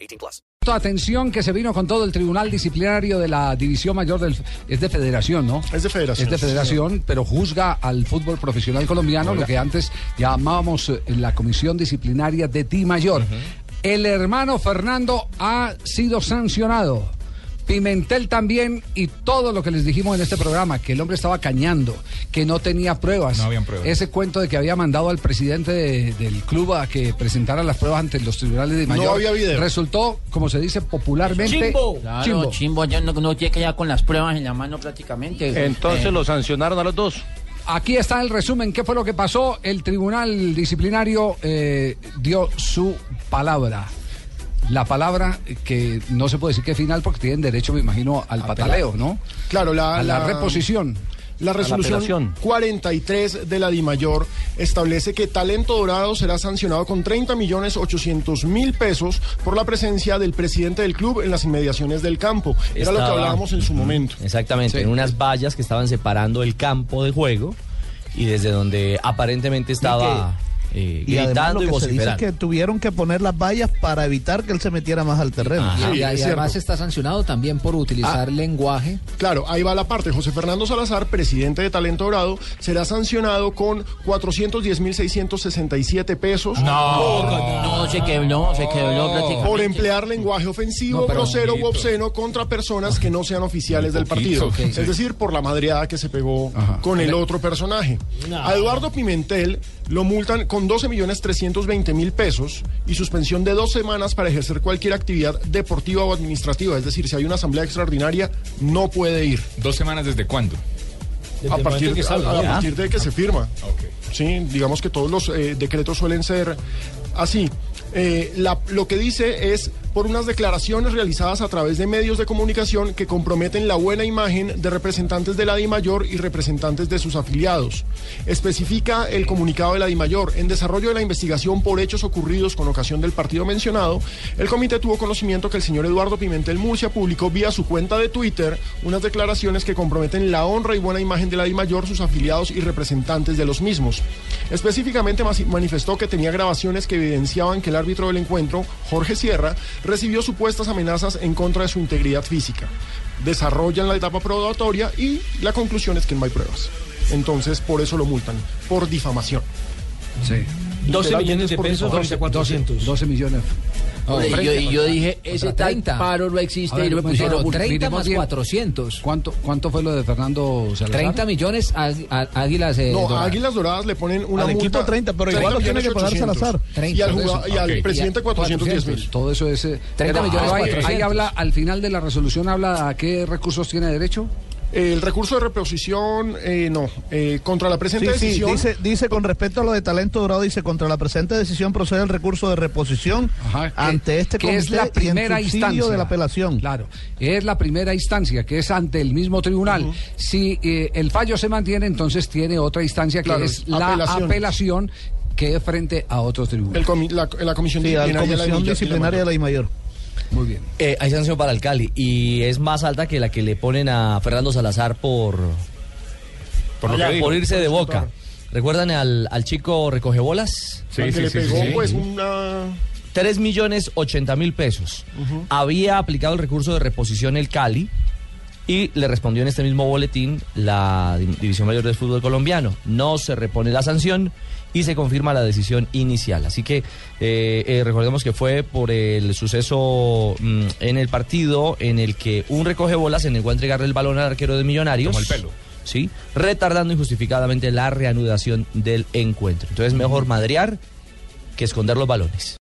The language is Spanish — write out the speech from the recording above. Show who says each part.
Speaker 1: 18 plus.
Speaker 2: Atención que se vino con todo el Tribunal Disciplinario de la División Mayor del... Es de federación, ¿no?
Speaker 3: Es de federación,
Speaker 2: Es de
Speaker 3: sí,
Speaker 2: federación, pero juzga al fútbol profesional colombiano, lo que antes llamábamos eh, la Comisión Disciplinaria de Ti Mayor. El hermano Fernando ha sido sancionado. Pimentel también y todo lo que les dijimos en este programa, que el hombre estaba cañando, que no tenía pruebas.
Speaker 4: No habían pruebas.
Speaker 2: Ese cuento de que había mandado al presidente de- del club a que presentara las pruebas ante los tribunales de mayor.
Speaker 3: No había video.
Speaker 2: Resultó, como se dice popularmente,
Speaker 5: Chimbo.
Speaker 6: Claro,
Speaker 2: chimbo.
Speaker 6: chimbo, ya no, no llega ya con las pruebas en la mano prácticamente.
Speaker 7: Entonces lo sancionaron a los dos.
Speaker 2: Aquí está el resumen. ¿Qué fue lo que pasó? El tribunal disciplinario eh, dio su palabra. La palabra que no se puede decir que es final porque tienen derecho, me imagino, al pataleo, ¿no?
Speaker 3: Claro, la,
Speaker 2: A la reposición.
Speaker 3: La resolución
Speaker 7: apelación.
Speaker 3: 43 de la DIMAYOR establece que Talento Dorado será sancionado con 30 millones 800 mil pesos por la presencia del presidente del club en las inmediaciones del campo. Era lo que
Speaker 8: Estaba- Eh.
Speaker 3: hablábamos en su momento.
Speaker 8: Exactamente, en unas vallas que estaban separando el campo de juego y desde donde aparentemente estaba eh,
Speaker 9: Y además lo
Speaker 8: gritando y,
Speaker 9: que se dice es
Speaker 8: vociferando.
Speaker 9: que tuvieron que poner las vallas para evitar que él se metiera más al terreno.
Speaker 2: Ah.
Speaker 3: Sí,
Speaker 5: y, y además
Speaker 3: es cierto. Ah.
Speaker 5: está sancionado también por utilizar lenguaje.
Speaker 3: Claro, ahí va la parte. José Fernando Salazar, presidente de Talento Dorado, será sancionado con 410.667 pesos
Speaker 6: No, se quebró, se quebró prácticamente.
Speaker 3: por emplear lenguaje ofensivo, grosero u obsceno contra personas que no sean oficiales del partido. Es decir, por la madreada que se pegó con el otro personaje. A Eduardo Pimentel lo multan con 12 millones 320 mil pesos y suspensión de dos semanas para ejercer cualquier actividad deportiva o administrativa. Es decir, si hay una asamblea extraordinaria, no puede ir.
Speaker 4: ¿Dos semanas desde cuándo?
Speaker 3: A partir, a- a partir de que se firma. Sí, digamos que todos los eh, decretos suelen ser así. Eh, la- lo que dice es por unas declaraciones realizadas a través de medios de comunicación que comprometen la buena imagen de representantes de la DIMAYOR y representantes de sus afiliados. Especifica el comunicado de la DIMAYOR. En desarrollo de la investigación por hechos ocurridos con ocasión del partido mencionado, el comité tuvo conocimiento que el señor Eduardo Pimentel Murcia publicó vía su cuenta de Twitter unas declaraciones que comprometen la honra y buena imagen de la DIMAYOR, sus afiliados y representantes de los mismos. Específicamente mas- manifestó que tenía grabaciones que evidenciaban que el árbitro del encuentro, Jorge Sierra, recibió supuestas amenazas en contra de su integridad física. Desarrollan la etapa probatoria y la conclusión es que no hay pruebas. Entonces, por eso lo multan, por difamación.
Speaker 2: Sí.
Speaker 3: 12 millones de pesos.
Speaker 2: 12 millones.
Speaker 6: Hombre, y yo, y yo dije, ese
Speaker 5: 30.
Speaker 6: tal paro no existe
Speaker 2: Ahora,
Speaker 6: y lo
Speaker 2: no,
Speaker 6: pusieron
Speaker 2: no,
Speaker 6: un-
Speaker 5: 30
Speaker 2: miremos
Speaker 5: más
Speaker 2: bien.
Speaker 5: 400.
Speaker 2: ¿Cuánto, ¿Cuánto fue lo de Fernando Salazar?
Speaker 5: 30 millones a- a- águilas. eh,
Speaker 3: No, a
Speaker 5: doradas.
Speaker 3: Águilas Doradas le ponen una
Speaker 9: Al
Speaker 3: multa.
Speaker 9: equipo 30, pero igual lo tiene que pagar
Speaker 3: 800.
Speaker 9: Salazar.
Speaker 3: Y al,
Speaker 5: 30,
Speaker 3: jugado- y al
Speaker 4: ok.
Speaker 3: presidente 410 mil.
Speaker 2: Todo eso es... eh,
Speaker 5: 30
Speaker 2: pero
Speaker 5: millones
Speaker 2: ahí- Ahí
Speaker 5: 400.
Speaker 2: habla, al final de la resolución habla a qué recursos tiene derecho.
Speaker 3: El recurso de reposición, eh, no. eh, contra la presente
Speaker 9: Sí, sí,
Speaker 3: decisión.
Speaker 9: dice, dice con respecto a lo de talento dorado, dice contra la presente decisión procede el recurso de reposición
Speaker 2: Ajá, que-
Speaker 9: ante este
Speaker 2: Eh, que es
Speaker 9: comité
Speaker 2: la
Speaker 9: y en
Speaker 2: primera
Speaker 9: subsidio
Speaker 2: instancia
Speaker 9: de la apelación.
Speaker 2: Claro, es la primera instancia que es ante el mismo tribunal. Si eh, el fallo se mantiene, entonces tiene otra instancia que
Speaker 3: Claro,
Speaker 2: es la
Speaker 3: apelación.
Speaker 2: apelación. que es frente a otro tribunal.
Speaker 3: el comi- la, la comisión
Speaker 9: Sí, a la
Speaker 3: disciplinaria,
Speaker 9: comisión
Speaker 3: de
Speaker 9: disciplinaria de la mayor.
Speaker 2: Muy bien.
Speaker 8: Eh, hay sanción para el Cali y es más alta que la que le ponen a Fernando Salazar por,
Speaker 4: Por lo que digo.
Speaker 8: Ah, por irse de boca. ¿Recuerdan al, al chico recoge bolas?
Speaker 4: Sí,
Speaker 3: Al que
Speaker 4: sí,
Speaker 3: le
Speaker 4: sí,
Speaker 3: pegó,
Speaker 4: sí, sí.
Speaker 3: pues, una.
Speaker 8: 3 millones 80 mil pesos. Había aplicado el recurso de reposición el Cali y le respondió en este mismo boletín la Di- División Mayor del Fútbol Colombiano. No se repone la sanción y se confirma la decisión inicial. Así que eh, eh, recordemos que fue por el suceso mm, en el partido en el que un recoge bolas se negó a entregarle el balón al arquero de Millonarios.
Speaker 4: Tomó el pelo.
Speaker 8: ¿sí? Retardando injustificadamente la reanudación del encuentro. Entonces, mejor madrear que esconder los balones.